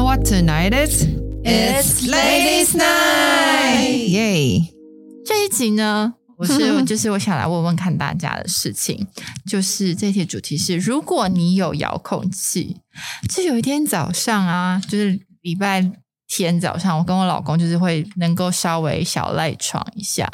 Get it? It's Ladies Night 耶！这一集呢， 我是就是我想来问问看大家的事情，就是这一题主题是：如果你有遥控器，就有一天早上啊，就是礼拜天早上，我跟我老公就是会能够稍微小赖床一下，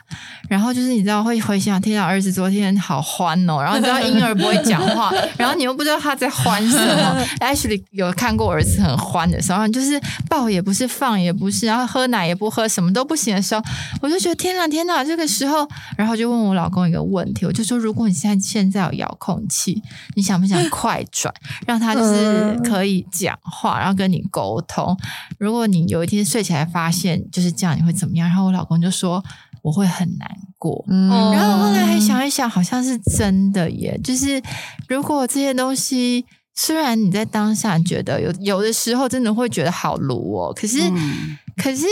然后就是你知道会回想天啊老儿子昨天好欢哦，然后你知道婴儿不会讲话，然后你又不知道他在欢什么。Ashley 有看过我儿子很欢的时候，然后就是抱也不是，放也不是，然后喝奶也不喝，什么都不行的时候，我就觉得天哪天哪，这个时候，然后就问我老公一个问题，我就说如果你现在现在有遥控器，你想不想快转，让他就是可以讲话，然后跟你沟通？如果你有一天睡起来发现就是这样，你会怎么样？然后我老公就说我会很难过，嗯然后后来还想一想，好像是真的耶。就是如果这些东西，虽然你在当下觉得有有的时候真的会觉得好炉哦，可是、嗯可是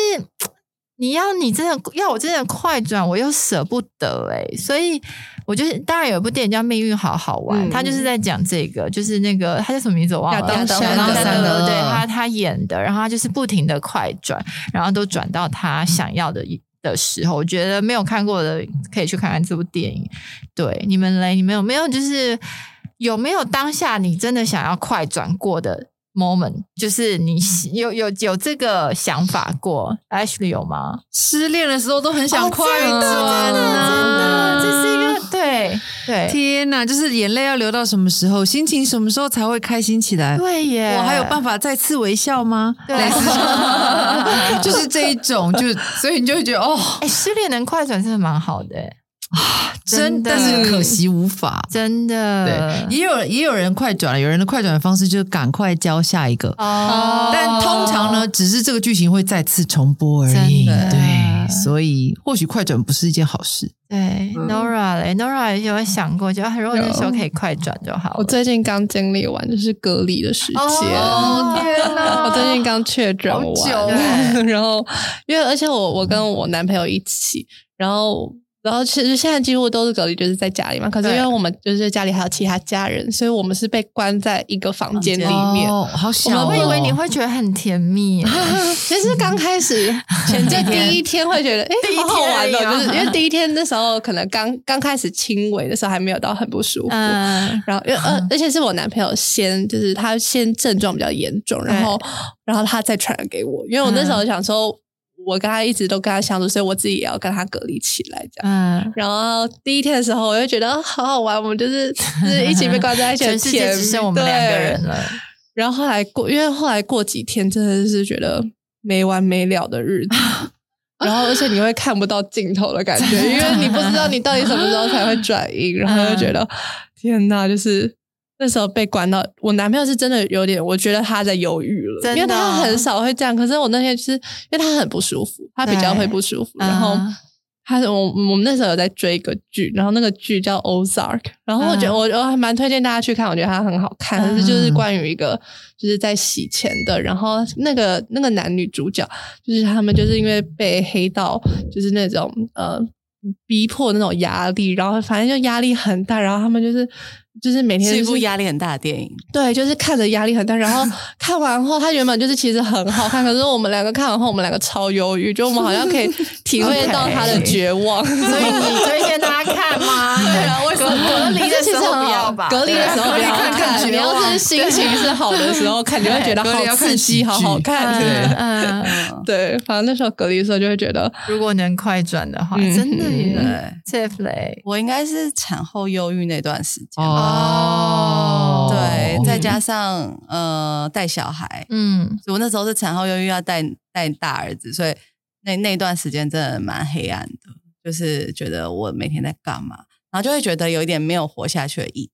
你要你真的要我真的快转，我又舍不得哎，所以我就是当然有一部电影叫《命运好好玩》，嗯他就是在讲这个，就是那个他叫什么名字我忘了，亚当山德亚当山德嗯对他他演的，然后他就是不停的快转，然后都转到他想要的一。的时候，我觉得没有看过的可以去看看这部电影。对，你们嘞，你们有没有就是有没有当下你真的想要快转过的 moment？就是你喜有有有这个想法过？Ashley 有吗？失恋的时候都很想快乐、哦啊真的真的，这是一个对对天哪，就是眼泪要流到什么时候？心情什么时候才会开心起来？对耶！我还有办法再次微笑吗？对类 似就是这一种，就所以你就会觉得哦，哎、失恋能快转真的蛮好的、欸真真的但是可惜无法。真的对，。也有也有人快转了，有人的快转的方式就是赶快教下一个，哦但通常呢，只是这个剧情会再次重播而已。真的对，所以或许快转不是一件好事。对、嗯 Nora 嘞，Nora 有没有想过，就啊如果那时候可以快转就好了。我最近刚经历完就是隔离的时间。哦天哪！ 我最近刚确诊好久啊哦完， 然后因为而且我我跟我男朋友一起，然后然后其实现在几乎都是隔离，就是在家里嘛。可是因对为我们就是家里还有其他家人，所以我们是被关在一个房间里面。 哦，好小、哦，我以为你会觉得很甜 蜜耶，其实刚开始前就 第一天会觉得，哎、第一天好好玩而已哦，啊就是因为第一天那时候可能刚刚开始轻微的时候还没有到很不舒服，嗯，然后因为呃，而且是我男朋友先，就是他先症状比较严重，然后然后他再传染给我，因为我那时嗯候想说，我跟他一直都跟他相处，所以我自己也要跟他隔离起来这样。嗯，然后第一天的时候，我就觉得啊好好玩，我们就是就是一起被关在一 起，全世界只剩我们两个人了。了。然后后来过，因为后来过几天真的是觉得没完没了的日 子。然后，而且你会看不到尽头的感觉，因为你不知道你到底什么时候才会转阴，然后就觉嗯得天哪，就是那时候被关到，我男朋友是真的有点，我觉得他在犹豫了，真的哦因为他很少会这样。可是我那天就是因为他很不舒服，他比较会不舒服，对然后啊嗯他我我们那时候有在追一个剧，然后那个剧叫《Ozark》，然后我觉得嗯我我还蛮推荐大家去看，我觉得它很好看，嗯可是就是关于一个就是在洗钱的，然后那个那个男女主角就是他们就是因为被黑道就是那种呃逼迫那种压力，然后反正就压力很大，然后他们就是就是每天、是就一是、部压力很大的电影，对，就是看着压力很大，然 后看完后，它原本就是其实很好看，可是我们两个看完后，我们两个超忧郁，就我们好像 可以体会到他的绝望。所以你推荐大家看 吗？对啊，为什么隔离的时候不要吧？隔离的时候不要对啊看，你要是心情是好的时候看，你会觉得隔离要看好刺喜剧激，好好看。对嗯，嗯对，反正那时候隔离的时候就会觉得，如果能快转的话，嗯真的耶对。 ，Safe 嘞。我应该是产后忧郁那段时间，哦对，再加上呃带小孩，嗯，我那时候是产后忧郁要带带大儿子，所以那那段时间真的蛮黑暗的，就是觉得我每天在干嘛，然后就会觉得有一点没有活下去的意义。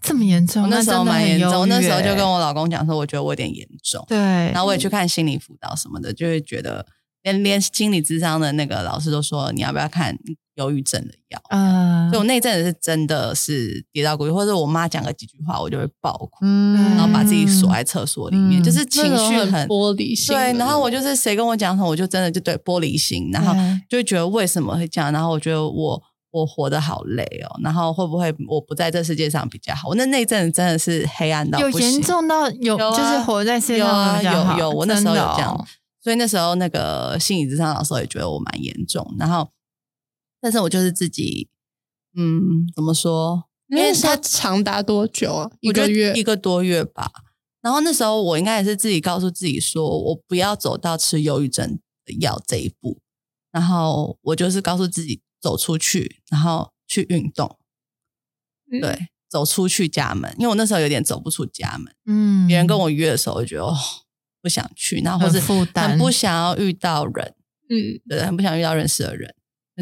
这么严重，我那时候哦真的很蛮严忧重，郁那时候就耶跟我老公讲说，我觉得我有点严重，对，然后我也去看心理辅导什么的，就会觉得连连心理智商的那个老师都说你要不要看忧郁症的药。嗯所以我那阵子是真的是跌到谷底，或者我妈讲了几句话，我就会爆哭，嗯然后把自己锁在厕所里面，嗯就是情那种绪很很玻璃心的对，人然后我就是谁跟我讲什么，我就真的就对玻璃心，然后对就会觉得为什么会这样，然后我觉得我我活得好累哦，然后会不会我不在这世界上比较好？我那那一阵子真的是黑暗到有不行严重到有有啊就是活在世界有上啊比较好有有，我那时候有真的哦这样，所以那时候那个心理智商老师也觉得我蛮严重，然后但是我就是自己，嗯，怎么说？因为它长达多久啊？一我觉个得月一个多月吧。然后那时候我应该也是自己告诉自己说，我不要走到吃忧郁症药这一步。然后我就是告诉自己走出去，然后去运动，嗯对，走出去家门。因为我那时候有点走不出家门，嗯，别人跟我约的时候，我觉得哦不想去，然后或很是负担很不想要遇到人，嗯，对，很不想遇到认识的人。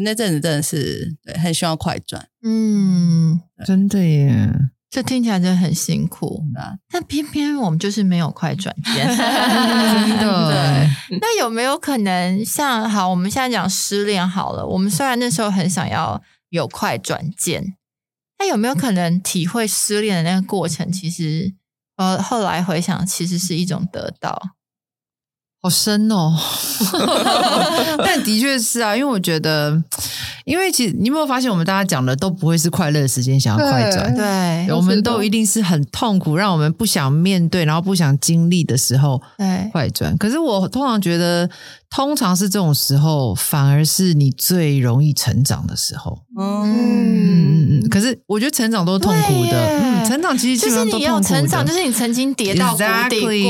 那阵子真的是对，很需要快转嗯，真的耶，这听起来真的很辛苦，啊，但偏偏我们就是没有快 转键。真的对，那有没有可能像好，我们现在讲失恋好了，我们虽然那时候很想要有快转键，那有没有可能体会失恋的那个过程，其实呃后来回想，其实是一种得到。好深哦。 但的确是啊，因为我觉得，因为其实你有没有发现，我们大家讲的都不会是快乐的时间想要快转，对对我们都一定是很痛苦，让我们不想面对，然后不想经历的时候对，快转。可是我通常觉得，通常是这种时候，反而是你最容易成长的时候。嗯，嗯，嗯嗯嗯。可是我觉得成长都是痛苦对的，耶嗯，成长其实基就本是上都你要痛苦的成长，就是你曾经跌到谷底 Exactly，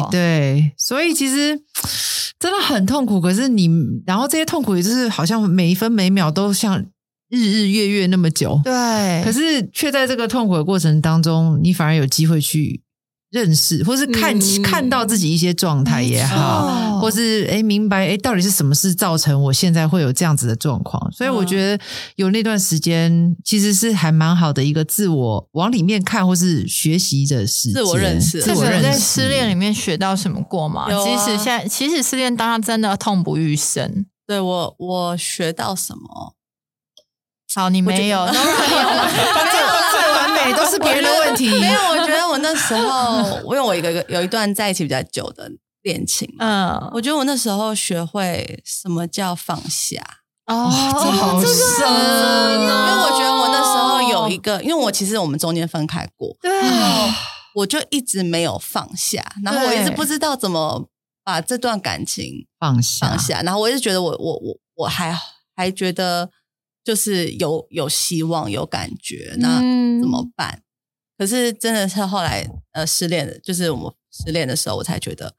过，对，所以其实真的很痛苦。可是你，然后这些痛苦也就是好像每一分每秒都像日日月月那么久，对，可是却在这个痛苦的过程当中，你反而有机会去认识，或是看、嗯看到自己一些状态也好。没错或是哎，明白哎，到底是什么事造成我现在会有这样子的状况？所以我嗯觉得有那段时间其实是还蛮好的一个自我往里面看，或是学习的时间，自我认识自自我己我认有识。在失恋里面学到什么过吗？有啊即使现在，其实失恋当下真的痛不欲生。对我我学到什么？好，你没 有，我觉得 Nora 有吗 最完美都是别人的问题。没有，我觉得我那时候，因为我有一个有一段在一起比较久的恋情，嗯，我觉得我那时候学会什么叫放下，哦，这好这个深因为哦我觉得我那时候有一个，因为我其实我们中间分开过，对，我就一直没有放下，然后我对一直不知道怎么把这段感情放下，放下，然后我一直觉得我我我我还还觉得就是有有希望有感觉，那嗯怎么办？可是真的是后来呃失恋的，就是我失恋的时候，我才觉得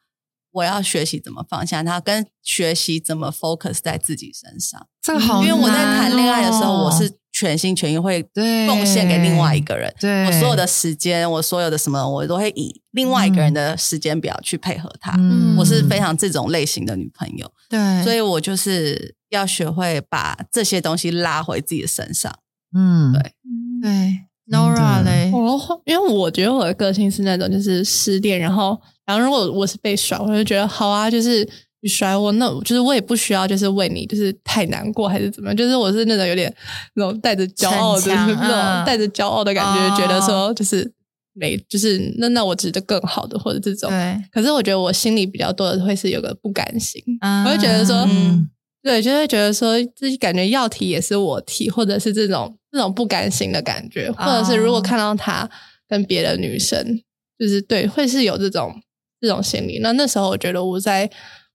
我要学习怎么放下，然后跟学习怎么 focus 在自己身上。这个好因难哦，哦为我在谈恋爱的时候，我是全心全意会对奉献给另外一个人，对我所有的时间，我所有的什么，我都会以另外一个人的时间表去配合他。嗯我是非常这种类型的女朋友，对，所以以我就是要学会把这些东西拉回自己的身上。嗯对对真的，Nora 嘞，嗯我因为我觉得我的个性是那种就是失恋，然后然后如果我是被甩，我就觉得好啊，就是你甩我，那我就是我也不需要就是为你就是太难过还是怎么样，就是我是那种有点那种带着骄傲的逞强那种嗯带着骄傲的感觉，哦觉得说就是没就是那那我值得更好的或者这种。对，可是我觉得我心里比较多的会是有个不甘心，嗯我会觉得说，嗯对，就会觉得说自己感觉要提也是我提，或者是这种这种不甘心的感觉，或者是如哦果看到他跟别的女生，就是对，会是有这种这种心理。那那时候我觉得我在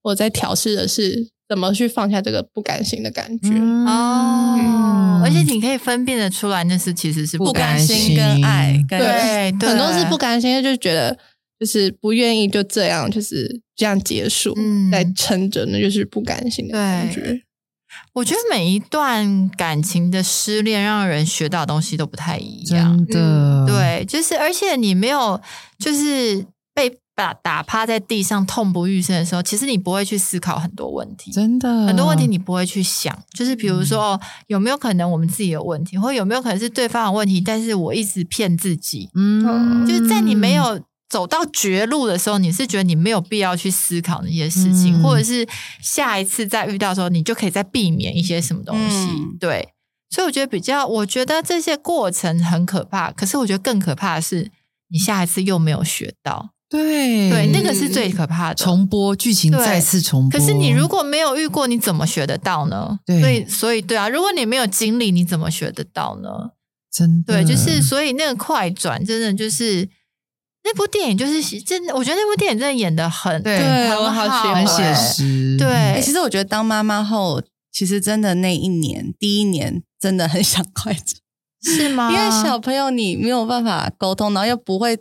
我在调试的是怎么去放下这个不甘心的感觉。嗯哦，嗯而且你可以分辨得出来，那是其实是不嗯不甘甘心心跟爱，跟对，对，很多是不甘心，就觉得就是不愿意就这样，就是这样结束，嗯再撑着，那就是不甘心的感觉。我觉得每一段感情的失恋，让人学到的东西都不太一样。真的，对，就是而且你没有就是被打打趴在地上痛不欲生的时候，其实你不会去思考很多问题。真的嗯很多问题你不会去想，就是比如说、哦，有没有可能我们自己有问题，或有没有可能是对方有问题，但是我一直骗自己，嗯就是在你没有走到绝路的时候，你是觉得你没有必要去思考那些事情，嗯或者是下一次再遇到的时候，你就可以再避免一些什么东西。嗯对，所以我觉得比较，我觉得这些过程很可怕，可是我觉得更可怕的是你下一次又没有学到。对对，那个是最可怕的。重播剧情对再次重播。可是你如果没有遇过，你怎么学得到呢？对所以所以对啊，如果你没有经历，你怎么学得到呢？真的嗯对，就是所以那个快转真的就是那部电影，就是真的，我觉得那部电影真的演的很对对我很好喜好、欢很写欸实，哎、对，其实我觉得当妈妈后，其实真的那一年，第一年真的很想快转，是吗？因为小朋友你没有办法沟通，然后又不会，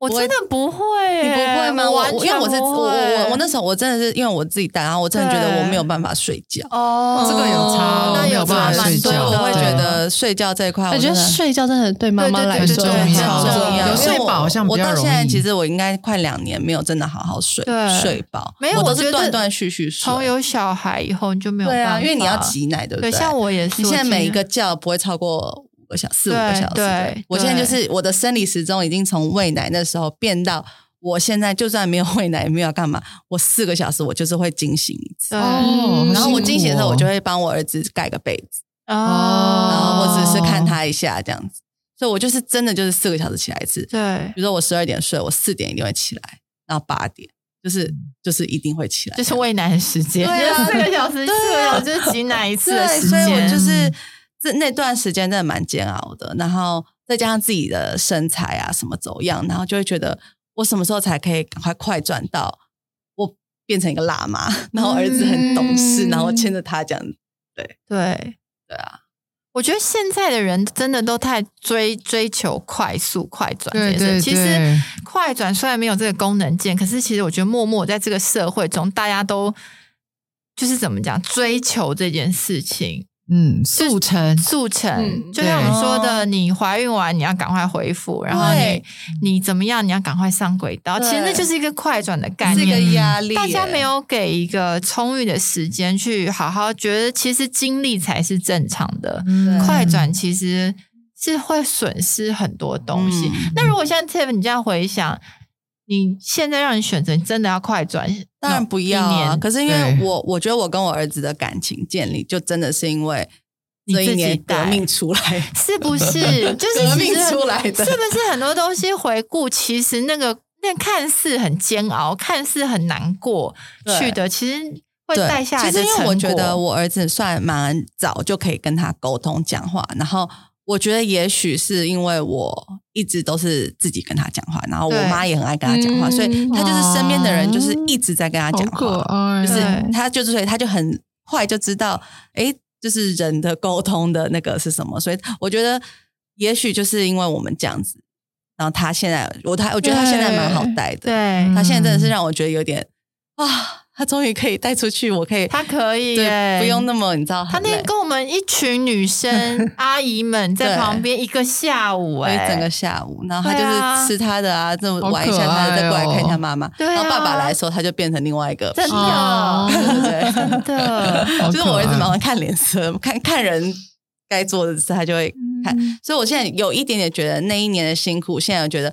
我真的不会欸、你不会吗？我完因为全我是不我我会我我那时候我真的是因为我自己带，然后我真的觉得对我没有办法睡觉，哦，这个有差哦那没有有办差法蛮睡多觉所以的我会觉对得睡觉这一块，我觉得真的睡觉真的很对妈妈对对来对说对很对很很重重重要要。有哦因睡为我饱好像比我较到容现在易其实我应该快两年没有真的好好睡对睡饱，没有我我都觉是得断断续续睡。从有小孩以后你就没有对办啊，法因为你要挤奶，对不对，像我也是，你现在我每一今个觉不会超过五个小四五个对小时。对对我现在就是我的生理时钟已经从喂奶那时候变到。我现在就算没有喂奶，也没有干嘛，我四个小时我就是会惊醒一次，对哦，嗯好然后我辛惊苦醒的时候，我哦就会帮我儿子盖个被子，哦然后哦，或者是看他一下这样子，所以我就是真的就是四个小时起来一次，对，比如说我十二点睡，我四点一定会起来，然后八点就是就是一定会起来，就是喂奶的时间，对啊就是四个小时，对啊四个小时就是挤奶一次的对，时所以我间，就是这那段时间真的蛮煎熬的，然后再加上自己的身材啊什么走样，然后就会觉得我什么时候才可以赶快快转到我变成一个辣妈， 然后儿子很懂事，嗯然后我牵着他这样子，对。对啊，我觉得现在的人真的都太追追求快速快转这件对事。对其对实快转虽然没有这个功能键，可是其实我觉得默默在这个社会中，大家都就是怎么讲追求这件事情，嗯速成速成。嗯就像我们对哦说的，你怀孕完你要赶快恢复，然后你对你怎么样，你要赶快上轨道。对其实那就是一个快转的概是一念个。压力耶，大家没有给一个充裕的时间去好好觉得，其实经历才是正常的。嗯快转其实是会损失很多东西。嗯那如果现在 Tiff 你这样回想，你现在让你选择，你真的要快转？当然不要一啊！年可是因为对我，我觉得我跟我儿子的感情建立，就真的是因为你这一自己年革带命出来，是不是？ 就是革其命实出来是的不是很多东西回顾，其实那个那看似很煎熬，看似很难过对去的，其实会对，带下来其的实因为我觉得成果我儿子算蛮早就可以跟他沟通讲话，然后我觉得也许是因为我一直都是自己跟他讲话，然后对我妈也很爱跟他讲话，嗯所以他就是身边的人就是一直在跟好他讲可话，爱，就是对他就是所以他就很快就知道，诶，就是人的沟通的那个是什么，所以我觉得也许就是因为我们这样子，然后他现在我他我觉得他现在蛮好带的，对他现在真的是让我觉得有点啊，他终于可以带出去，我可以，他可以耶，对，不用那么你知道，他很那天累跟我们一群女 生阿姨们在对旁边一个下午、所以哎，整个下午，然后他对就啊是吃他的啊，这么好玩一可下他的，爱再过来看一下哦妈妈。对然后啊爸爸来的时候，他就变成另外一个，真的、 哦对对对真的，好就是我可儿子爱蛮会看脸色，看看人该做的事，他就会看。嗯所以我现在有一点点觉得那一年的辛苦，现在我觉得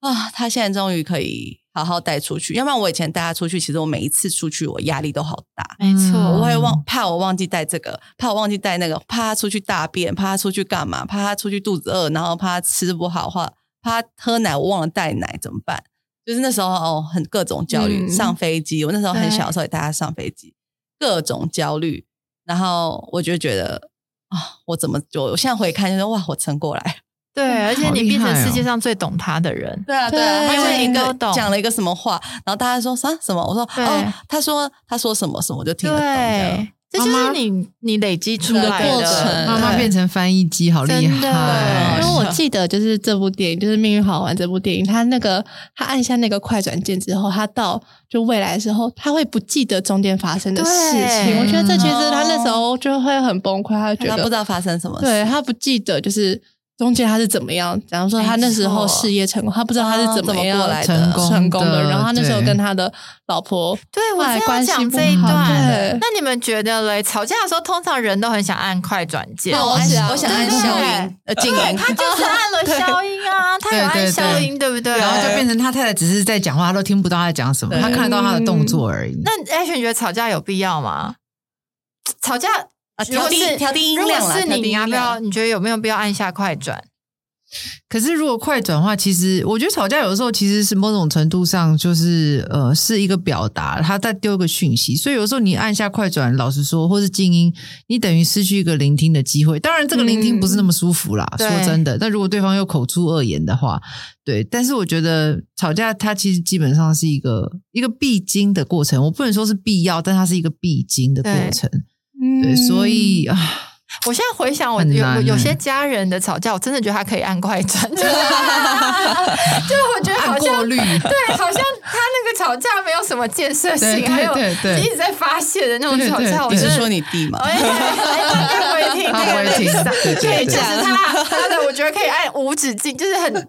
啊，他现在终于可以好好带出去。要不然我以前带他出去，其实我每一次出去，我压力都好大。没错，嗯我我会忘，怕我忘记带这个，怕我忘记带那个，怕他出去大便，怕他出去干嘛，怕他出去肚子饿，然后怕他吃不好，或怕他喝奶我忘了带奶怎么办？就是那时候哦，很各种焦虑。嗯上飞机，我那时候很对小的时候也带他上飞机，各种焦虑。然后我就觉得啊，我怎么就我现在回看就说哇，我撑过来。对，而且好你厉变成害世哦界上最懂他的人，对啊，对啊，对他就是一都个懂讲了一个什么话，然后大家说啥什么，我说对哦，他说他说什么什么，我就听得懂这样。对，这就是你你累积出的来过程妈妈对变成翻译机，好厉真的害因为！我记得就是这部电影，就是《命运好玩》这部电影，他那个他按下那个快转键之后，他到就未来的时候，他会不记得中间发生的事情。对我觉得这其实他那时候就会很崩溃，他会觉他不知得道发生什么事，对他不记得就是中间他是怎么样。假如说他那时候没错事业成功，他不知道他是哦怎怎么样过来的成功成功的。然后他那时候对跟他的老婆对我后来正要关系讲不这一好段。对那你们觉得嘞？吵架的时候，通常人都很想按快转键，那我我按想我想按哦对消音呃静音，他就是按了消音啊，他有对按对消对音，对不对？然后就变成他太太只是在讲话，他都听不到他在讲什么，对他看得到他的动作而已。那 Ash，你觉得吵架有必要吗？吵架啊如果调低是调低音量如啦果是调你，低你要音不量要？你觉得有没有必要按下快转？可是如果快转化，其实我觉得吵架有时候其实是某种程度上就是呃是一个表达，他在丢一个讯息，所以有时候你按下快转，老实说，或是静音，你等于失去一个聆听的机会。当然，这个聆听不是那么舒服啦，嗯对说真的。但如果对方又口出恶言的话，对，但是我觉得吵架它其实基本上是一个一个必经的过程，我不能说是必要，但它是一一个必经的过对程。对，所以啊。我现在回想我，很有难有有欸些家人的吵架，我真的觉得他可以按快 转， 就是就是我觉得哎好按过像滤，对，好像他那个吵架没有什么建设对性，对还有对对一直在发泄的那种对吵架，对我对真是的说你弟吗？哎哎，不会听，他不会听对对对，对就是他他的，我觉得可以按无止境，就是很多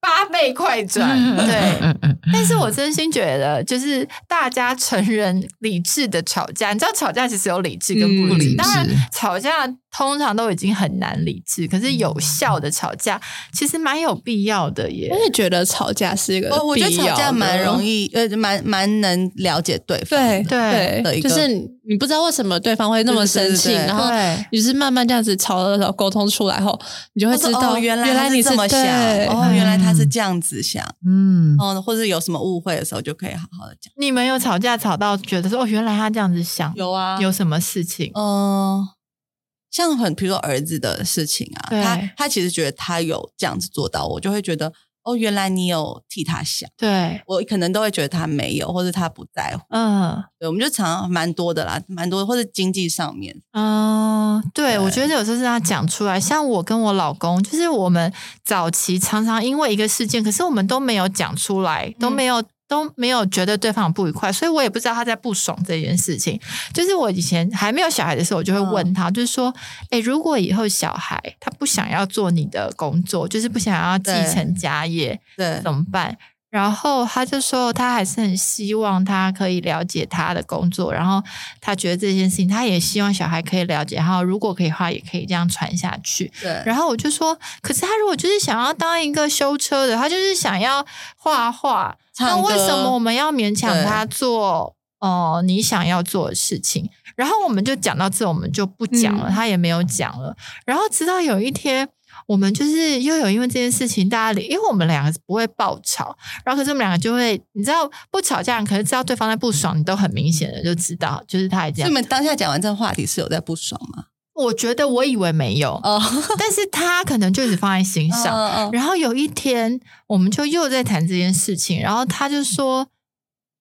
八倍快转，对。嗯嗯，但是我真心觉得，就是大家成人理智的吵架，你知道吵架其实有理智跟不不理智，理当然智吵架通常都已经很难理智，可是有效的吵架其实蛮有必要的耶我。也觉得吵架是一个必要的，我我觉得吵架蛮容易。易，呃，蛮蛮能了解对方。对对的一个就是你不知道为什么对方会那么生气，对对对对然后对你就是慢慢这样子吵了吵，沟通出来后，你就会我说知道、哦、原来原他来是你这么想，对哦，原来他是这样子想，嗯，哦，或者有什么误会的时候就可以好好的讲。你们有吵架吵到觉得说哦，原来他这样子想，有啊，有什么事情？嗯，像很比如说儿子的事情啊，对他他其实觉得他有这样子做到，我就会觉得哦，原来你有替他想，对，我可能都会觉得他没有，或者他不在乎。嗯。对，我们就常常蛮多的啦，蛮多的或者经济上面，哦，对，对我觉得有时候是要讲出来。像我跟我老公，就是我们早期常常因为一个事件，可是我们都没有讲出来，嗯都没有、都没有觉得对方不愉快，所以我也不知道他在不爽这件事情。就是我以前还没有小孩的时候，我就会嗯问他，就是说，哎，如果以后小孩他不想要做你的工作，就是不想要继对承家业，对怎么办？然后他就说，他还是很希望他可以了解他的工作，然后他觉得这件事情，他也希望小孩可以了解，然后如果可以的话，也可以这样传下去。对，然后我就说，可是他如果就是想要当一个修车的，他就是想要画画，那唱歌为什么我们要勉强对他做哦、呃你想要做的事情？然后我们就讲到这，我们就不讲了，嗯他也没有讲了。然后直到有一天，我们就是又有因为这件事情，大家因为我们两个不会爆吵，然后可是我们两个就会，你知道不吵架，可是知道对方在不爽，你都很明显的就知道，就是他也这所以样你。们当下讲完这个话题是有在不爽吗？我觉得我以为没有，哦，但是他可能就一直放在心上。嗯嗯然后有一天，我们就又在谈这件事情，然后他就说：“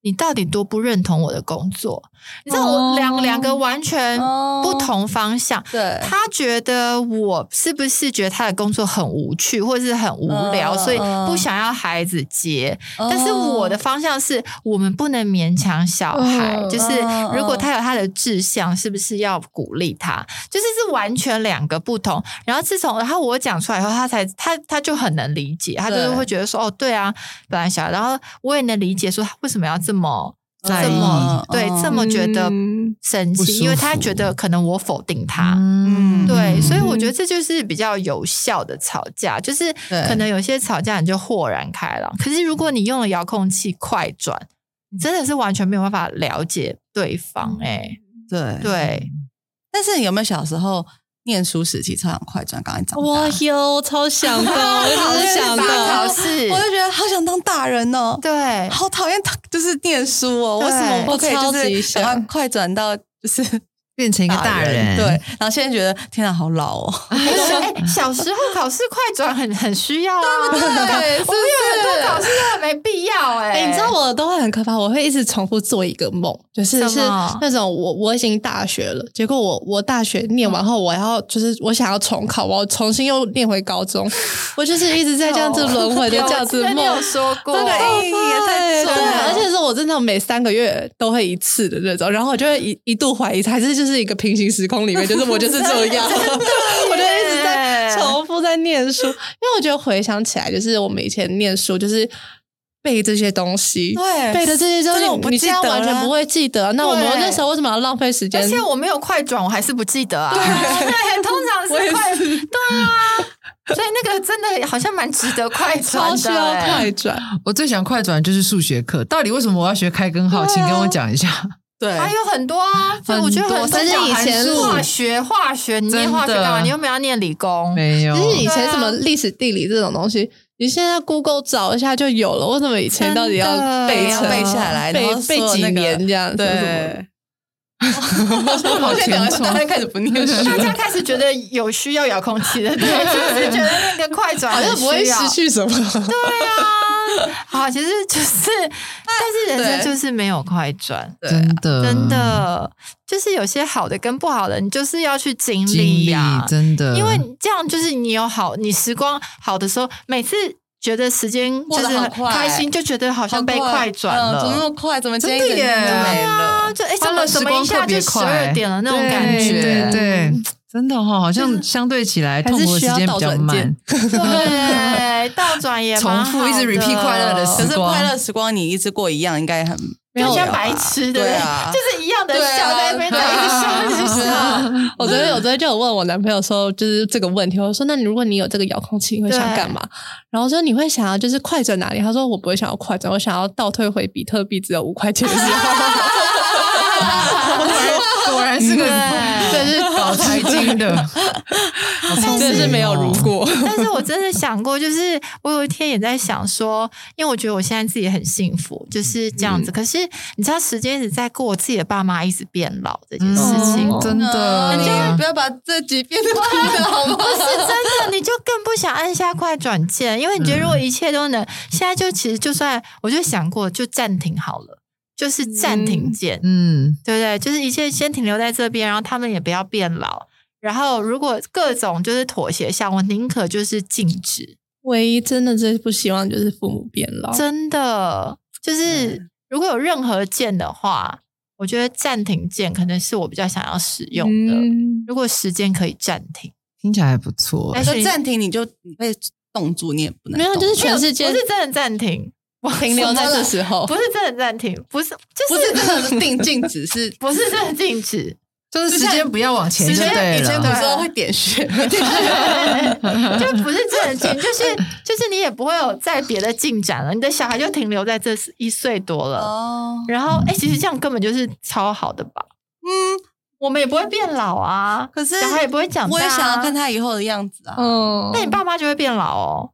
你到底多不认同我的工作？”你知道，我哦两、两个完全哦不同方向。对，他觉得我是不是觉得他的工作很无趣，或者是很无聊，嗯所以嗯不想要孩子接。但是哦我的方向是我们不能勉强小孩，嗯就是嗯如果嗯他有他的志向，是不是要鼓励他？就是是完全两个不同。然后自从然后我讲出来以后，他才他他就很能理解，他就是对会觉得说哦，对啊，本来小孩，然后我也能理解说他为什么要这么在这意么对嗯这么觉得嗯生不气，因为舒他服觉得可能我否定他。嗯对，所以我嗯觉得这就是比较有效的吵架，就是对可能有些吵架你就豁然开朗，可是如果你用了遥控器快转，你真的是完全没有办法了解对方、嗯欸。对哎，对，但是有没有小时候念书时期超想快转，赶快长大？我有超想的，嗯我好 想 考的，试，我就觉得好想当大人哦，对好讨厌他，就是念书哦，对为什么不可以我超就级是赶快想快转到就是变成一个大人，对，然后现在觉得天啊，好老哦，哎、小时候考试快转很很需要啊，对对我们有很多考试都很没必要哎、哎、你知道我都会很可怕，我会一直重复做一个梦，就是什么是那种我我已经大学了，结果我我大学念完后，我要就是我想要重考，我要重新又念回高中，我就是一直在这样子轮回的这样子有我记得你有梦。说过，欸真的哎也太对，重对了而且是我真的每三个月都会一次的那种，然后我就会一一度怀疑，还是就是一个平行时空里面，就是我就是这 样，我就一直在重复在念书，因为我觉得回想起来，就是我们以前念书就是背这些东西，对背的这些东真西，的我不你现在记得完全了不会记得。啊那我们对那时候为什么要浪费时间？而且我没有快转，我还是不记得啊。对，通常是快，对啊，所以那个真的好像蛮值得快转超的、需要欸快转，啊我最想快转就是数学课，到底为什么我要学开根号？请跟我讲一下。对还有很多啊，就我觉得很很多多甚至小以孩前子化学化学，你念化学干嘛？真的你又没有念理工， 没有哦就，是以前对啊什么历史、地理这种东西，你现在 Google 找一下就有了。为什么以前到底要真的背要成背下来背然后背所有几那个年这样？什么什么对，我现在讲的是大家开始不念书，大家开始觉得有需要遥控器的，对，就是觉得那个快转好像很不会需要失去什么。对啊，好，其实就是，但是人生对就是没有快转，对真的真的，就是有些好的跟不好的，你就是要去经经历啊历呀、真的，因为你这样就是你有好，你时光好的时候，每次觉得时间就过得是好很快开心，就觉得好像被快转嗯怎么那了。么快？怎么今天真的一整天就耶没了？就哎，他怎们么怎么一下就十二点了那种感觉，对对对 真的哈、好像相对起来痛苦的时间比较 慢，对，倒转也蛮 重复一直好的 repeat 快乐的可事是快乐时光你一直过一样，应该很没有就像吧白痴的，对啊就是一样的对啊笑在那边讲，一直笑一直笑。我昨天我昨天就有问我男朋友说，就是这个问题，我说那你如果你有这个遥控器，你会想干嘛？然后我说你会想要就是快转哪里？他说我不会想要快转，我想要倒退回比特币只有五块钱的 时候。果然是个对这 是 搞财经的，好聪明哦真的是没有如果，但是我真的想过，就是我有一天也在想说，因为我觉得我现在自己很幸福，就是这样子。可是你知道，时间一直在过，我自己的爸妈一直变老这件嗯事情，哦真的，你嗯就不要把这几遍都听的 好吗？是真的，你就更不想按下快转键，因为你觉得嗯如果一切都能，现在就其实就算我就想过，就暂停好了，就是暂停键，嗯，对不对？就是一切先停留在这边，然后他们也不要变老。然后，如果各种就是妥协下，我宁可就是禁止，唯一真的最不希望就是父母变老。真的嗯就是如果有任何键的话，我觉得暂停键可能是我比较想要使用的。嗯如果时间可以暂停，听起来还不错但，就是你暂停，你就你被冻住，你也不能没有，动就是全世界不是真的暂停，我停留在这时哦候不。是真的暂停，不是就不是是真的是定静止， 是不是真的静止，就是时间不要往前以就前对以前古了，时候会点穴， 就不是真的静，就是就是你也不会有在别的进展了，你的小孩就停留在这一岁多了。哦，然后，哎、其实这样根本就是超好的吧？ 嗯，我们也不会变老啊，可是小孩也不会长大、我啊。也想要看他以后的样子啊。嗯，那你爸妈就会变老哦。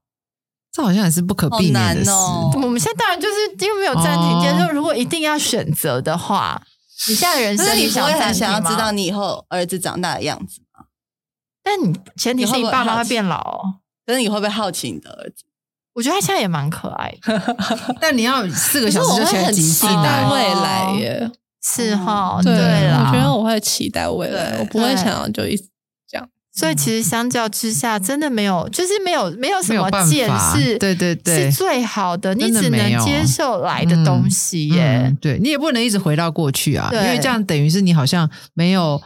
这好像也是不可避免的事，好难哦我们现在当然就是因为没有暂停键，哦就如果一定要选择的话，你现在的人可是生你不想会暂很停想要吗？知道你以后儿子长大的样子，但你前提是你爸妈会变老哦。可是你会不会好奇你的儿子？我觉得他现在也蛮可爱的，但你要四个可是小我时就起会来很集期训待啊，未来耶。是哈，哦嗯对我啦。觉得我会期待未来，对我不会对想要就一直所以其实相较之下，真的没有，就是没有没有什没有么办键法，是对对对是，最好的，你真的只没能有接受来的东西耶嗯。对你也不能一直回到过去啊，因对为这样等于是你好像没有，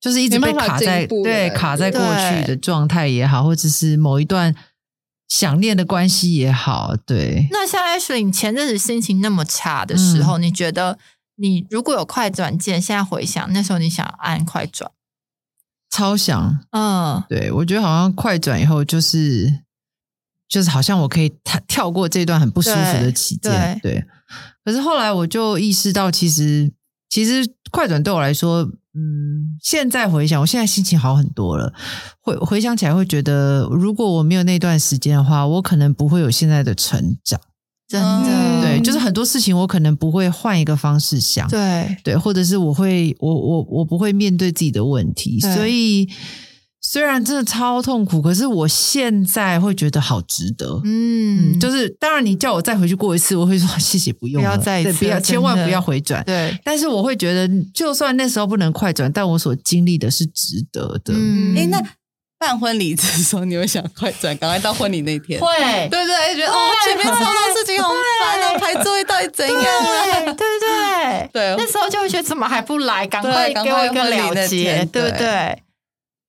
就是一直被没办法卡在进步对了卡在过对去的状态也好，或者是某一段想念的关系也好，对，那像 Ashley，你前阵子心情那么差的嗯时候，你觉得你如果有快转键，现在回想那时候你想按快转，超想，嗯，对我觉得好像快转以后就是就是好像我可以跳跳过这段很不舒服的期间，对。可是后来我就意识到，其实其实快转对我来说，嗯，现在回想，我现在心情好很多了。回回想起来，会觉得如果我没有那段时间的话，我可能不会有现在的成长。真的，嗯对，就是很多事情我可能不会换一个方式想。对，对，或者是我会，我我我不会面对自己的问题，对所以虽然真的超痛苦，可是我现在会觉得好值得。嗯，嗯，就是当然，你叫我再回去过一次，我会说 谢谢，不用不要了再一对次不要，了千真万的不要回转。对，但是我会觉得，就算那时候不能快转，但我所经历的是值得的。嗯哎、那办婚礼的时候，你会想快转，赶快到婚礼那天，会对不对？就觉得哦，前面超多事情好烦哦，排座位到底怎样啊？对对不对？对那时候就会觉得怎么还不来，赶对快赶给我快一个婚礼了那结，天对不对对？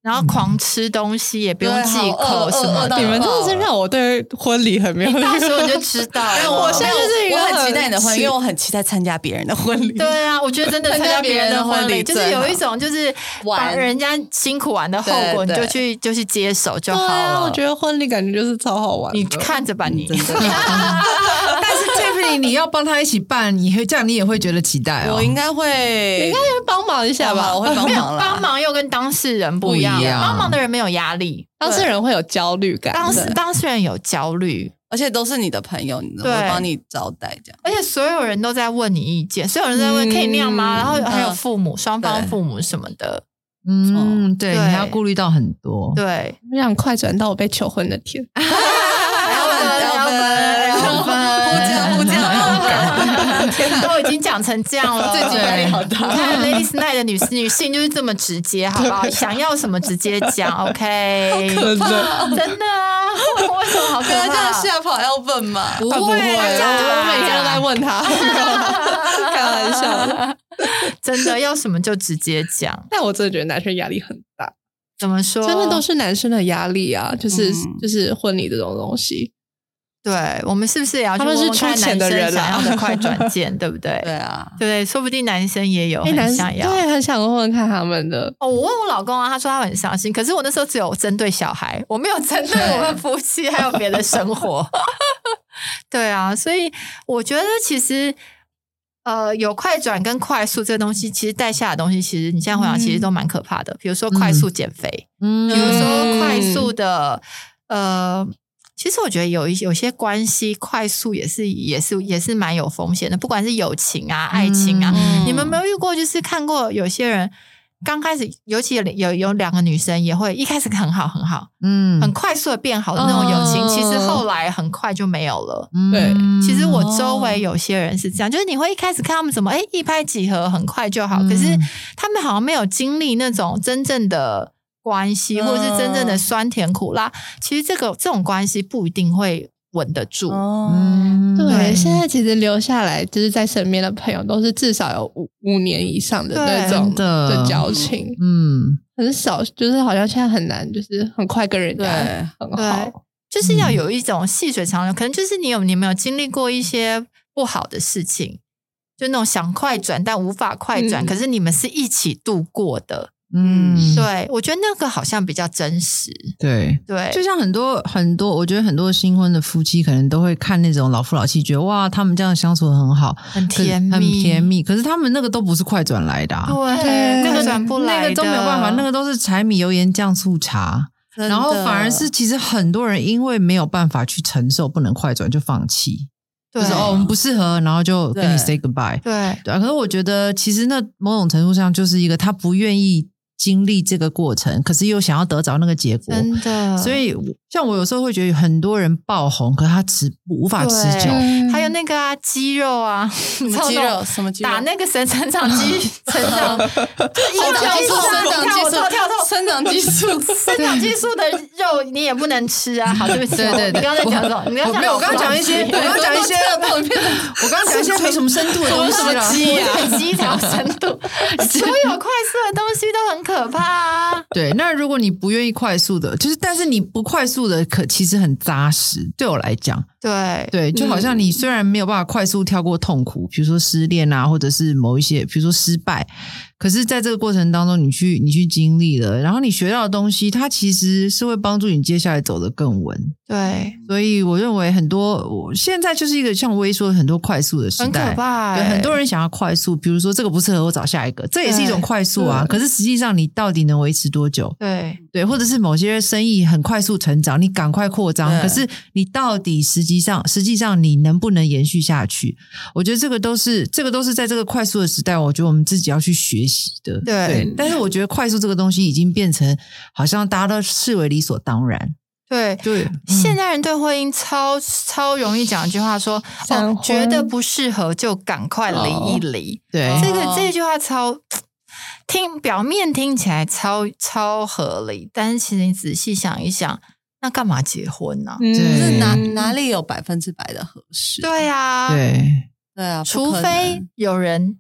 然后狂吃东西也不用对啊忌好口饿什饿么饿的，到你们真的爆是了让我对婚礼很没有。到时候你就知道了。 我现在就是一个我很期待你的婚很礼，因为我很期待参加别人的婚礼。对啊，我觉得真的参参加加别别人人的的婚婚礼，礼就是最有一好种就是把玩人家辛苦完的后对果，你就对去就去接手就对好啊，了。我觉得婚礼感觉就是超好玩的。你看着吧，你嗯真的，但是 Tiffany 玲，你要帮他一起办，你会这样，你也会觉得期待哦。我应该会应该要帮忙一下帮忙吧，我会帮没有忙啦 帮忙又跟当事人不一样，不一样帮忙的人没有压力，当事人会有焦虑感。当事对当事人有焦虑，而且都是你的朋友，你我对帮你招待这样。而且所有人都在问你意见，所有人都在问可以那样吗？嗯然后还有嗯父母、双方对父母什么的，嗯，对，对你要顾虑到很多。 对，我想快转到我被求婚那天，啊聊分聊分聊聊分分互聊分都已经讲成这样了，己压力好你看 Ladies Night 的女女性就是这么直接，好不 好？想要什么直接讲，OK？真的，真的啊，为什么好可不要这怕样？吓跑 Elvin 嘛。他啊不会，这样就我每天都在问 他，开玩笑的。真的要什么就直接讲，但我真的觉得男生压力很大，怎么说？ 真的都是男生的压力啊，就是、嗯就是婚礼这种东西，对，我们是不是也要去问问看他们是出钱的人男啊生想啦要的快转键，对不 对？对啊，对，说不定男生也有很哎男生想要。对很想问问看他们的，哦，我问我老公啊，他说他很伤心，可是我那时候只有针对小孩，我没有针对我们夫妻还有别的生活。 对啊，所以我觉得其实呃，有快转跟快速这东西，其实带下的东西，其实你现在回想，嗯其实都蛮可怕的。比如说快速减肥，嗯，比如说快速的，呃，其实我觉得有一有些关系快速也是也是也是蛮有风险的，不管是友情啊、爱情啊，嗯你们有没有遇过？就是看过有些人刚开始，尤其有有有两个女生也会一开始很好很好，嗯很快速的变好的那种友情，哦其实后来很快就没有了。对嗯其实我周围有些人是这样，就是你会一开始看他们怎么哎一拍即合，很快就好，嗯可是他们好像没有经历那种真正的关系，嗯或者是真正的酸甜苦辣。其实这个这种关系不一定会稳得住。哦，嗯对，现在其实留下来就是在身边的朋友，都是至少有五五年以上的那种对真的的交情，嗯很少，就是好像现在很难，就是很快跟人对，家很对好。，就是要嗯有一种细水长流，可能就是你有你有没有经历过一些不好的事情，就那种想快转但无法快转，嗯可是你们是一起度过的。嗯，对，我觉得那个好像比较真实。对。对，就像很多很多，我觉得很多新婚的夫妻可能都会看那种老夫老妻，觉得哇，他们这样相处得很好，很可甜蜜，很甜。蜜。啊可是他们那个都不是快转来的、啊，对，那个转不来的，那个都没有办法，那个都是柴米油盐酱醋茶。真的然后反而是，其实很多人因为没有办法去承受，不能快转就放弃，对就是哦我们不适合，然后就跟你对 say goodbye。对对啊，可是我觉得其实那某种程度上就是一个他不愿意经历这个过程，可是又想要得着那个结果。真的，所以我，像我有时候会觉得有很多人爆红，可是他持无法持久。对嗯还有那个啊肌肉啊，什么你肌知道肉那种什么肌肉，打那个神成 长肌成长，就是生一条肌长激素，肉啊生你看我跳跳长激素，跳。生长 激素，生长激素的肉你也不能吃啊！好，对不起，对对对你刚刚在讲什么？你刚刚我没有我刚刚讲一些 我刚刚讲一些我刚刚讲一些没什么深度的东西了。鸡啊，鸡条深度， 所有快速的东西都很可怕啊！对，那如果你不愿意快速的，就是但是你不快速的，可其实很扎实。对我来讲，对对，就好嗯像你虽然没有办法快速跳过痛苦，比如说失恋啊，或者是某一些，比如说失败，可是在这个过程当中，你去你去经历了，然后你学到的东西，它其实是会帮助你接下来走得更稳。对，所以我认为很多，我现在就是一个像微说的很多快速的时很可代，怕欸。对，很多人想要快速，比如说这个不适合我找下一个，这也是一对种快速啊。可是实际上你到底能维持多久？对对，或者是某些生意很快速成长，你赶快扩张，对可是你到底实际上实际上你能不能延续下去？我觉得这个都是这个都是在这个快速的时代，我觉得我们自己要去学习的。对但是我觉得快速这个东西已经变成好像大家都视为理所当然。嗯对，对，现代人对婚姻超超容易讲一句话说，闪哦婚，觉得不适合就赶快离一哦离。对这个哦这句话超听表面听起来超超合理，但是其实你仔细想一想，那干嘛结婚呢、嗯对是哪嗯哪里有百分之百的合适？对啊，对，对啊，不除可能非有人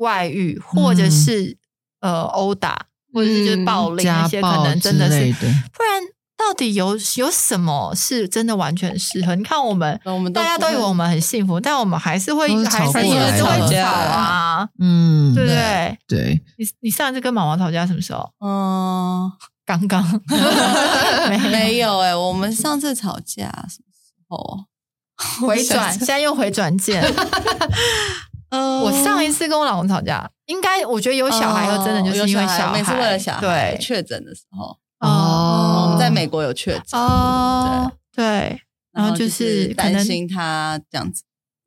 外遇，或嗯者是、呃殴打，或者是就是暴力那家些，可暴能之真的类是，的。不然到底有有什么是真的完全适合？你看我们。我们大家都以不为会我们很幸福，但我们还是会都是还吵是过也来是会的吵啊，嗯，对不对？对，你你上次跟妈妈吵架什么时候？嗯，欸刚 刚没有没有哎、我们上次吵架什么时候啊？回转，现在用回转键。嗯我上一次跟我老公吵架，应该我觉得有小孩后真的就是因为哦有小孩，每次为了小孩对，确诊的时候，哦我们在美国有确诊，哦，对，然后就就是可能担心他这样子，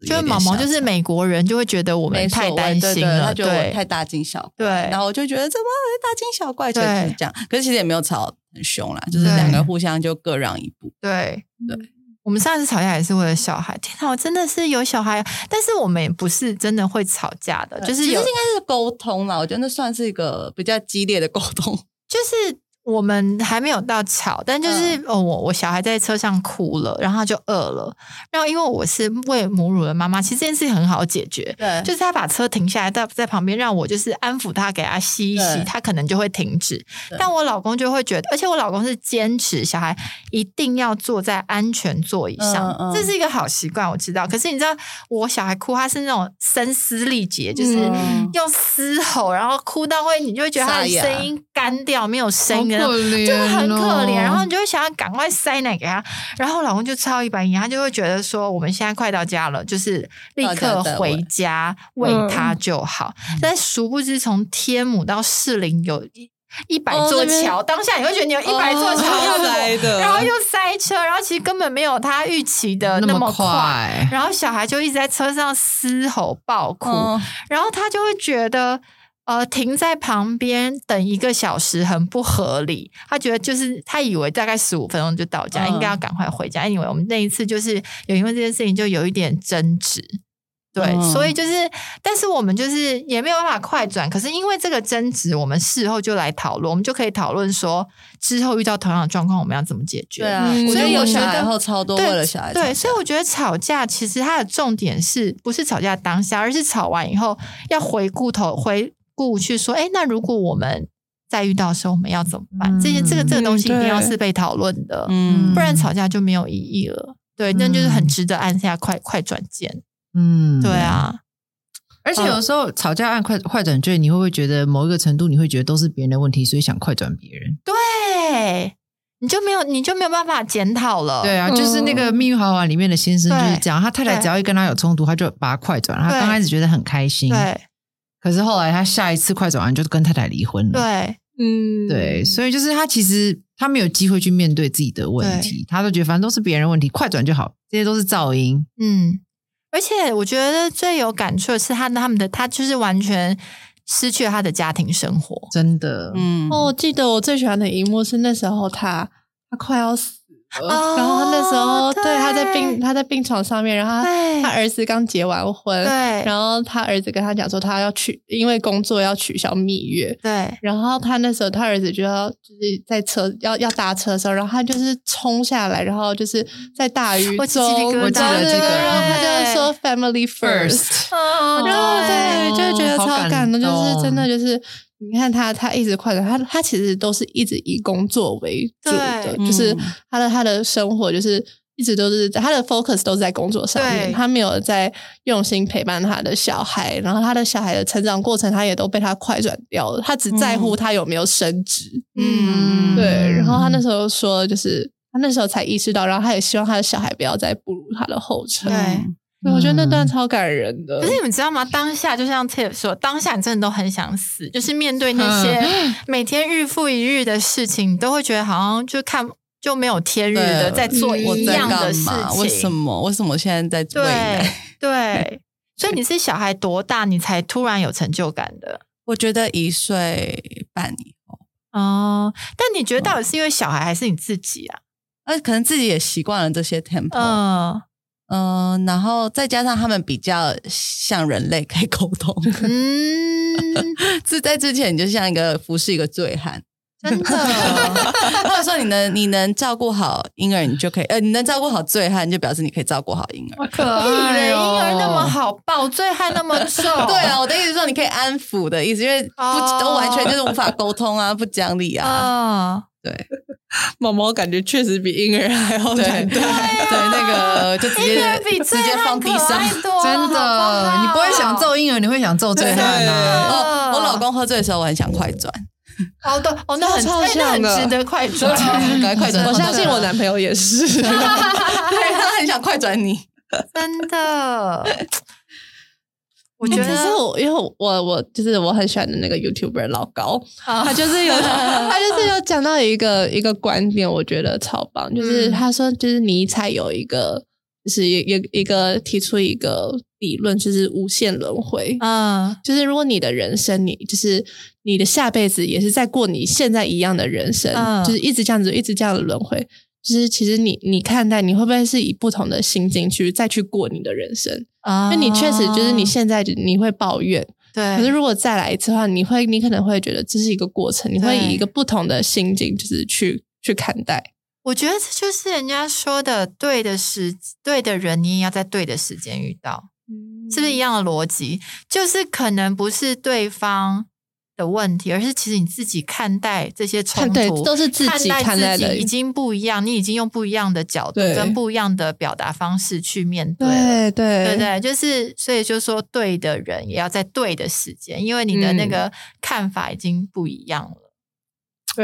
就是毛毛就是美国人就会觉得我没们太担心他了，觉得我对太大惊小对，然后我就觉得怎么大惊小怪，就对是这样。可是其实也没有吵很凶啦，就是对两个人互相就各让一步。对对。我们上次吵架也是为了小孩，天哪，我真的是有小孩，但是我们也不是真的会吵架的，就是其实有应，该是沟通啦，我觉得那算是一个比较激烈的沟 通。就是我们还没有到吵，但就是、嗯哦，我我小孩在车上哭了，然后他就饿了，然后因为我是喂母乳的妈妈，其实这件事情很好解决，对就是他把车停下来，在在旁边让我就是安抚他，给他吸一吸对，他可能就会停止对。但我老公就会觉得，而且我老公是坚持小孩一定要坐在安全座椅上，嗯嗯这是一个好习惯，我知道。可是你知道，我小孩哭，他是那种声嘶力竭，就是嗯用嘶吼，然后哭到会，你就会觉得他的沙哑声音干掉，没有声好音的那种可就怜、哦，哦是很可怜，然后你就会想要赶快塞奶给他，然后我老公就超一百眼，他就会觉得说我们现在快到家了，就是立刻回家喂他就好。但殊不知从天母到士林有一一百哦座那边桥，当下你会觉得你有一百座桥哦要要塞的然后又塞车，然后其实根本没有他预期的那那么么快。快，然后小孩就一直在车上嘶吼暴哭，嗯然后他就会觉得，呃，停在旁边等一个小时很不合理。他觉得就是他以为大概十五分钟就到家，嗯应该要赶快回家。因为我们那一次就是有因为这件事情就有一点争执。对，嗯所以就是，但是我们就是也没有办法快转。可是因为这个争执，我们事后就来讨论，我们就可以讨论说之后遇到同样的状况，我们要怎么解决。对啊，嗯我觉所得以我有小觉得孩后超多为对了小孩吵架，对，所以我觉得吵架其实它的重点是不是吵架当下，而是吵完以后要回顾头回顾去说，哎，那如果我们再遇到的时候，我们要怎么办？这些这个这个东西一定要嗯对是被讨论的，嗯不然吵架就没有意义了。对，那就是嗯很值得按下快快转键。嗯，对。啊，而且有时候吵架按快快转券，你会不会觉得某一个程度，你会觉得都是别人的问题，所以想快转别人？对，你就没有你就没有办法检讨了。对啊，就是那个《命运好玩》里面的先生就是这样，他太太对只要一跟他有冲突，他就把他快转，他对刚开始觉得很开心，对可是后来他下一次快转完就跟太太离婚了。对嗯，对，所以就是他其实他没有机会去面对自己的问题，他都觉得反正都是别人问题，快转就好，这些都是噪音。嗯，而且我觉得最有感触的是他他们的，他就是完全失去了他的家庭生活。真的，嗯哦，我记得我最喜欢的一幕是那时候他他快要死了，哦然后他那时候对对他在病他在病床上面，然后他对 他儿子刚结完婚，哎对然后他儿子跟他讲说他要取，因为工作要取消蜜月。对然后他那时候，他儿子就要就是在车要要搭车的时候，然后他就是冲下来，然后就是在大雨我鸡皮中，疙瘩对对我记得这对，个然后他就说 family first， first，哦嗯然后对，就觉得好超感感动，就是真的动就是，你看他，他一直快乐，他他其实都是一直以工作为主的，对就是嗯他的他的生活就是。一直都是他的 focus 都是在工作上面，对他没有在用心陪伴他的小孩，然后他的小孩的成长过程，他也都被他快转掉了，他只在乎他有没有升职。嗯对，然后他那嗯时候说，就是他那时候才意识到，然后他也希望他的小孩不要再步入他的后尘。对。对，我觉得那段超感人的。可是你们知道吗？当下就像 Tip 说，当下你真的都很想死，就是面对那些嗯每天日复一日的事情，你都会觉得好像就看就没有天日对的在做我一在样的干事嘛？情。为什么？为什么我现在在喂对奶？对，所以你是小孩多大，你才突然有成就感的？ 我觉得一岁半以后，哦，但你觉得到底是因为小孩还是你自己啊？那呃可能自己也习惯了这些 tempo，嗯、嗯然后再加上他们比较像人类可以沟通，嗯，是在之前你就像一个服侍一个醉汉， 真的，哦或者说你能你能照顾好婴儿，你就可以，呃，你能照顾好醉汉，就表示你可以照顾好婴哦儿。可人婴儿那么，好抱，醉汉那么 重，对 啊，我的意思是说你可以安抚的意思，因为不、哦都完全就是无法沟通啊，不讲理啊，啊，对毛毛感觉确实比婴儿还要对感对动。那个就直啊婴儿接比直醉接汉放地可上爱。多真的，你不会想。揍婴儿，你会想揍醉汉啊。哦，我老公喝醉的时候，我很想快转，好棒啊哦，对，哦，那很，超哎那很像的值得 快转。 赶快快转。 我相信我男朋友也是，对，他很想快转你。真的。 嗯我我觉哎可是得我，因为我我我就是我很喜欢的那个 YouTuber 老高，啊他就 是有他嗯就是有讲到一个一个观点，我觉得超棒，就是嗯他说就是尼采有一个就是一一一个提出一个理论，就是无限轮回。嗯就是如果你的人生，你就是你的下辈子也是在过你现在一样的人生，嗯就是一直这样子，一直这样的轮回。就是其实你你看待你会不会是以不同的心境去再去过你的人生？啊那你确实就是你现在你会抱怨，哦对，可是如果再来一次的话，你会你可能会觉得这是一个过程，你会对以一个不同的心境就是去去看待。我觉得这就是人家说的，对的时对的人，你也要在对的时间遇到，是不嗯是一样的逻辑？就是可能不是对方的问题，而是其实你自己看待这些冲看对突，都是自己看待自的己已经不一样，你已经用不一样的角度对跟不一样的表达方式去面对了。对对对不对，就是所以就说对的人也要在对的时间，因为你的那嗯个看法已经不一样了。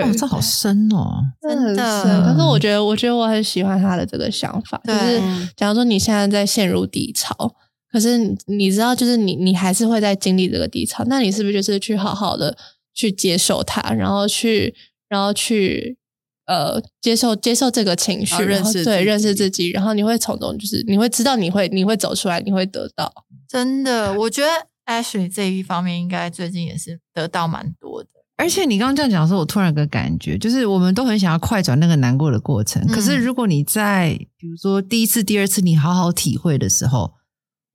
哦，这好深哦。真的嗯很深可是我觉得，我觉得我很喜欢他的这个想法，就对是嗯假如说你现在在陷入低潮，可是你你知道，就是你你还是会在经历这个低潮，那你是不是就是去好好的去接受它，然后去然后去呃接受接受这个情绪，然哦后认识然后自对己认识自己，然后你会从中就是你会知道你会你会走出来，你会得到。真的，我觉得 Ashley 这一方面应该最近也是得到蛮多的。而且你刚刚这样讲的时候，我突然有个感觉，就是我们都很想要快转那个难过的过程。嗯可是如果你在比如说第一次、第二次你好好体会的时候，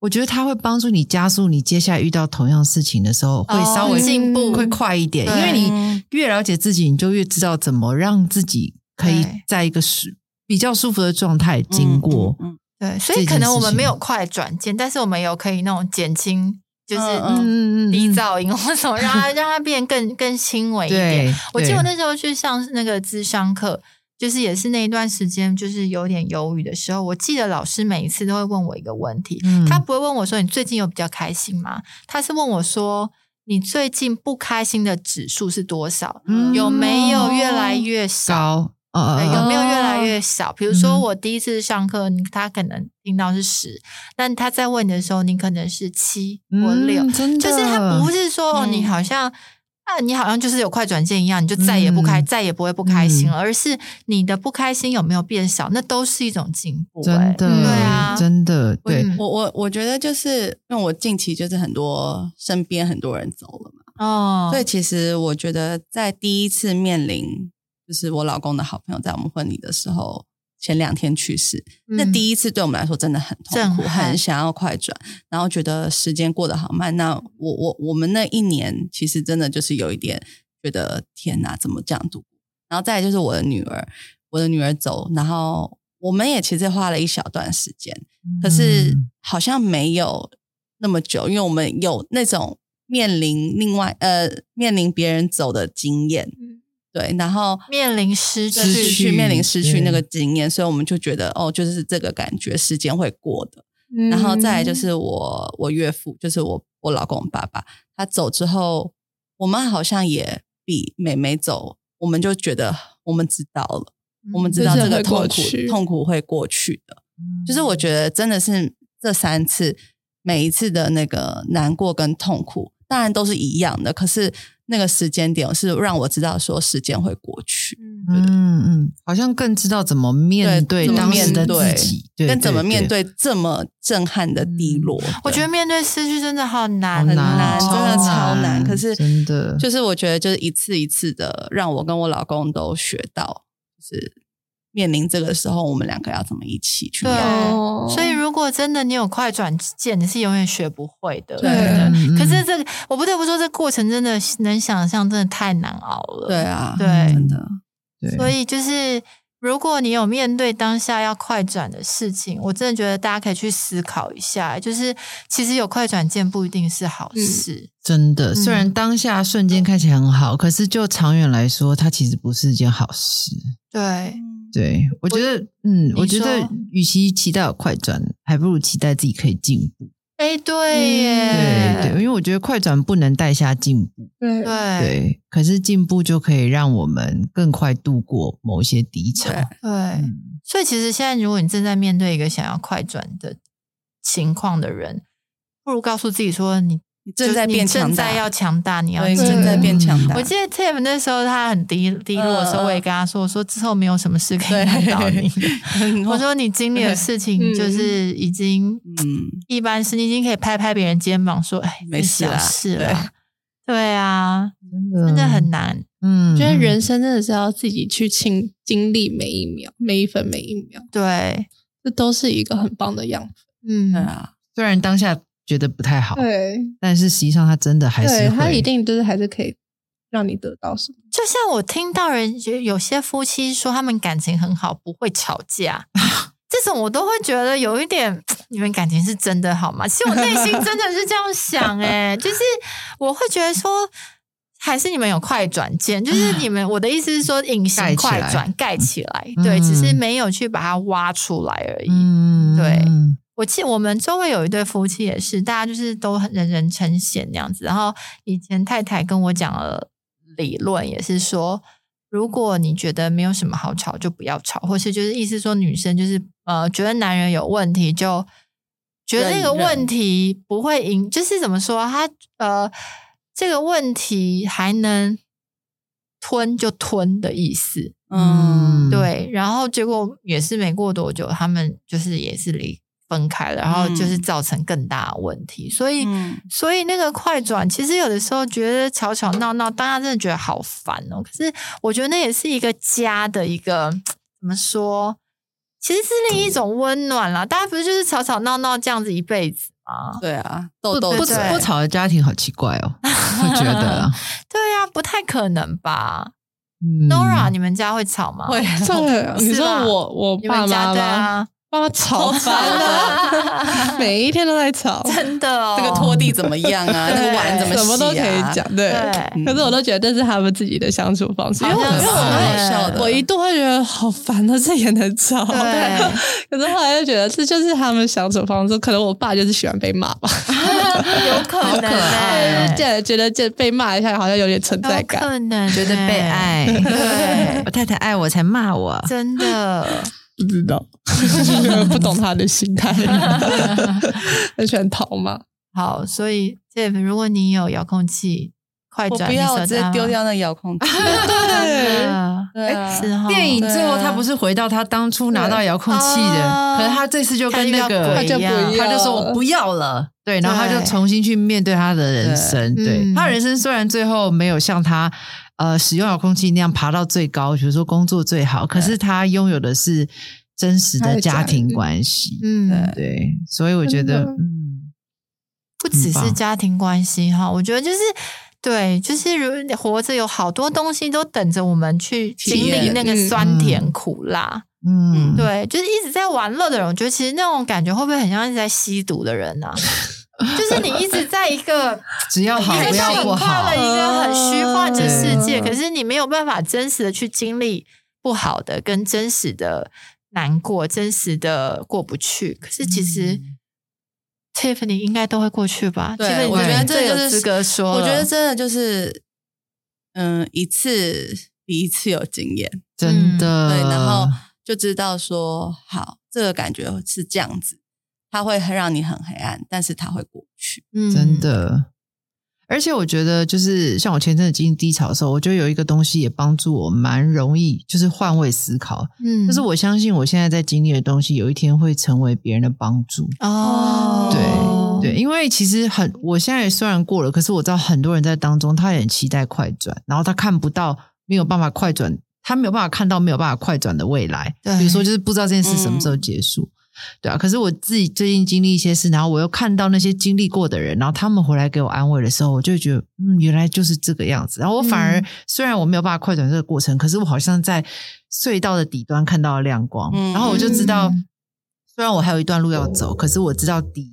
我觉得它会帮助你加速你接下来遇到同样事情的时候，会哦稍微进步会快一点，因对为你越了解自己，你就越知道怎么让自己可以对在一个舒比较舒服的状态经过。嗯，对，所以这件可能我们事情没有快转键，但是我们有可以那种减轻，就是嗯嗯嗯低噪音或什么，让 它让它变更更轻微一点。对，我记对得我那时候去上那个智商课，就是也是那一段时间，就是有点忧郁的时候，我记得老师每一次都会问我一个问题，嗯他不会问我说你最近有比较开心吗？他是问我说你最近不开心的指数是多少？嗯有没有越来越少？高呃对，有呃没有越来越少？比如说，嗯我第一次上课，你他可能听到是十，但他在问你的时候，你可能是七或六，嗯真的就是他不是说、哦嗯你好像啊，你好像就是有快转键一样，你就再也不开，嗯再也不会不开心了，而是你的不开心有没有变少，那都是一种进步、真欸的嗯对啊，真的对。嗯我我我觉得就是因为我近期就是很多身边很多人走了嘛，哦，所以其实我觉得在第一次面临就是我老公的好朋友在我们婚礼的时候，前两天去世，那嗯第一次对我们来说真的很痛苦，震撼很想要快转，然后觉得时间过得好慢。那我我我们那一年其实真的就是有一点觉得天哪，怎么这样度过？然后再来就是我的女儿，我的女儿走，然后我们也其实花了一小段时间，可是嗯好像没有那么久，因为我们有那种面临另外呃面临别人走的经验，嗯对，然后面临失失失去去，去面临失对去那个经验，所以我们就觉得哦，就是这个感觉，时间会过的。然后再嗯来就是我我岳父，就是我我老公爸爸，他走之后，我妈好像也比妹妹走，我们就觉得我们知道了，我嗯们知道就是这个会过痛苦去嗯痛苦会过去的。就是我觉得真的是这三次，每一次的那个难过跟痛苦，当然都是一样的，可是那个时间点是让我知道说时间会过去，嗯嗯嗯，好像更知道怎么面对对怎么当时的面对自己，嗯对跟怎么面对对这么震撼的低落。我觉得面对失去真的好难、好哦，很难难，真的超超难难。可是真的就是我觉得就是一次一次的，让我跟我老公都学到，就是面临这个时候，我们两个要怎么一起去对面哦所以，如果真的你有快转键，你是永远学不会的。对真的嗯嗯可是这个，我不得不说，这过程真的能想象，真的太难熬了。对啊，对真的，对，所以就是，如果你有面对当下要快转的事情，我真的觉得大家可以去思考一下，就是其实有快转键不一定是好事。真的，虽嗯然当下瞬间看起来很好，可是就长远来说，它其实不是一件好事。嗯对，对我觉得，嗯，说我觉得，与其期待有快转，还不如期待自己可以进步。哎，对耶，嗯对对，因为我觉得快转不能带下进步。对对对，可是进步就可以让我们更快度过某一些低潮。对对嗯所以其实现在，如果你正在面对一个想要快转的情况的人，不如告诉自己说你你正在就变你正强大在要强大，你要对，你进正在步变强大。我记得 Tim 那时候他很低低落的时候，嗯嗯我也跟他说，我说之后没有什么事可以对难倒你。 我 我说你经历的事情嗯就是已经，嗯一般是你已经可以拍拍别人肩膀说，哎，没事啊，啦是啦，对啊，真真的很难。嗯，觉得人生真的是要自己去经经历每一秒、每一分、每一秒，对，这都是一个很棒的样子。嗯对，啊，虽然当下觉得不太好，对，但是实际上他真的还是对他会一定就是还是可以让你得到什么。就像我听到人就有些夫妻说他们感情很好，不会吵 架。这种我都会觉得有一点，你们感情是真的好吗？其实我内心真的是这样 想、哎，就是我会觉得说，还是你们有快转键，就是你们，我的意思是说，隐形盖起快来转盖起来，嗯对，只是没有去把它挖出来而已。嗯，对嗯我记我们周围有一对夫妻也是，大家就是都很人人称羡那样子。然后以前太太跟我讲了理论，也是说，如果你觉得没有什么好吵，就不要吵，或是就是意思说女生就是呃觉得男人有问题就觉得那个忍一忍问题不会影，就是怎么说啊他呃这个问题还能吞就吞的意思。嗯嗯，对，然后结果也是没过多久，他们就是也是离分开了，然后就是嗯造成更大的问题。所以，嗯所以那个快转，其实有的时候觉得吵吵闹闹，大家真的觉得好烦哦。可是我觉得那也是一个家的一个怎么说，其实是另一种温暖啦。大家不是就是吵吵闹闹这样子一辈子吗？对啊，不不豆豆不嘴对不吵的家庭好奇怪哦，我觉得啊。对呀、不太可能吧、嗯 n o r a 你们家会吵吗？会， 对，是 你说吧我我你爸们家妈对吗？啊，爸妈 吵翻了，每一天都在吵，哎真的哦，这个拖地怎么样啊？那个碗怎么什么都可洗啊以，讲，对。对。嗯可是我都觉得这是他们自己的相处方式，因为我嗯好像因是为我蛮们好笑的我一度会觉得好烦啊，这也能吵。对， 可是后来就觉得这就是他们相处方式，可能我爸就是喜欢被骂吧，有可能、欸， 觉得觉得这被骂一下好像哎有点存在有感。可能、觉得被，哎爱，对我太太爱我才骂我。真的。不知道， 不懂他的心态， 很喜欢讨骂。好，所以 Jeff，如果你有遥控器，快我转，不要，你我手直接拿丢。掉那遥 控器。真对，的对啊，是哦哈，电影最后他不是回到他当初拿到遥控器对的啊，可是他这次就跟那个他就不一样他就说我不要了，对，然后他就重新去面对他的人生，对对嗯他人生虽然最后没有像他呃使用遥控器那样爬到最高，比如说工作最好，可是他拥有的是真实他的的家家庭庭关系，嗯，对，所以我觉得真的嗯不只很是棒家庭关系哈，我觉得就是。对，就是如活着有好多东西都等着我们去经历验那个嗯酸甜嗯苦辣，嗯，对，就是一直在玩乐的人，我觉得其实那种感觉会不会很像一直在吸毒的人呢、啊 就是你一直在一个只要好一个不要很不快好乐、，一个很虚幻的世界，嗯可是你没有办法真实的去经历不好的跟真实的难过、真实的过不去。可是其实、Tiffany 应该都会过去吧嗯对？Tiffany，我你觉得最这就有是资格说我了，觉得真的就是，嗯，一次比一次有经验，真的对，然后就知道说，好，这个感觉是这样子，它会很让你很黑暗，但是它会过去。嗯真的。而且我觉得，就是像我前阵子经历低潮的时候，我觉得有一个东西也帮助我蛮容易，就是换位思考。嗯，就是我相信我现在在经历的东西，有一天会成为别人的帮助。哦，对对，因为其实很，我现在虽然过了，可是我知道很多人在当中，他也很期待快转，然后他看不到，没有办法快转，他没有办法看到没有办法快转的未来。对嗯比如说就是不知道这件事什么时候结束，对啊。可是我自己最近经历一些事，然后我又看到那些经历过的人，然后他们回来给我安慰的时候，我就会觉得，嗯，原来就是这个样子。然后我反而、嗯虽然我没有办法快转这个过程，可是我好像在隧道的底端看到了亮光，嗯然后我就知道。嗯虽然我还有一段路要走，可是我知道底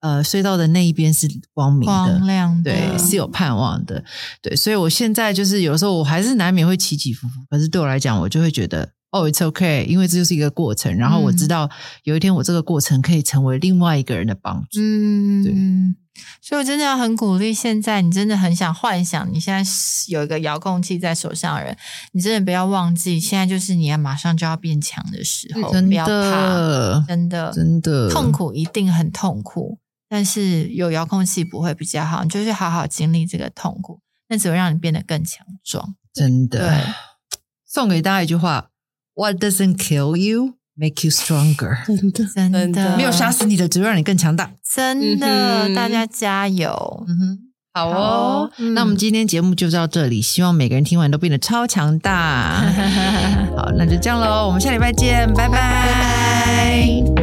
呃隧道的那一边是光明的，光亮的，对，嗯是有盼望的，对，所以我现在就是有时候我还是难免会起起伏伏，可是对我来讲，我就会觉得哦、i t s okay，因为这就是一个过程。然后我知道有一天我这个过程可以成为另外一个人的帮助。嗯，所以我真的要很鼓励，现在你真的很想幻想，你现在有一个遥控器在手上的人，你真的不要忘记，现在就是你要马上就要变强的时候，哎真不要怕，的，真的，真的痛苦一定很痛苦，但是有遥控器不会比较好，你就是好好经历这个痛苦，那只会让你变得更强壮。真对，的。送给大家一句话：What doesn't kill you make you stronger。真的，真的真的没有杀死你的，只会让你更强大。真的，嗯哼大家加油！嗯哼，好哦嗯那我们今天节目就到这里，希望每个人听完都变得超强 大。好，那就这样喽，我们下礼拜见，拜拜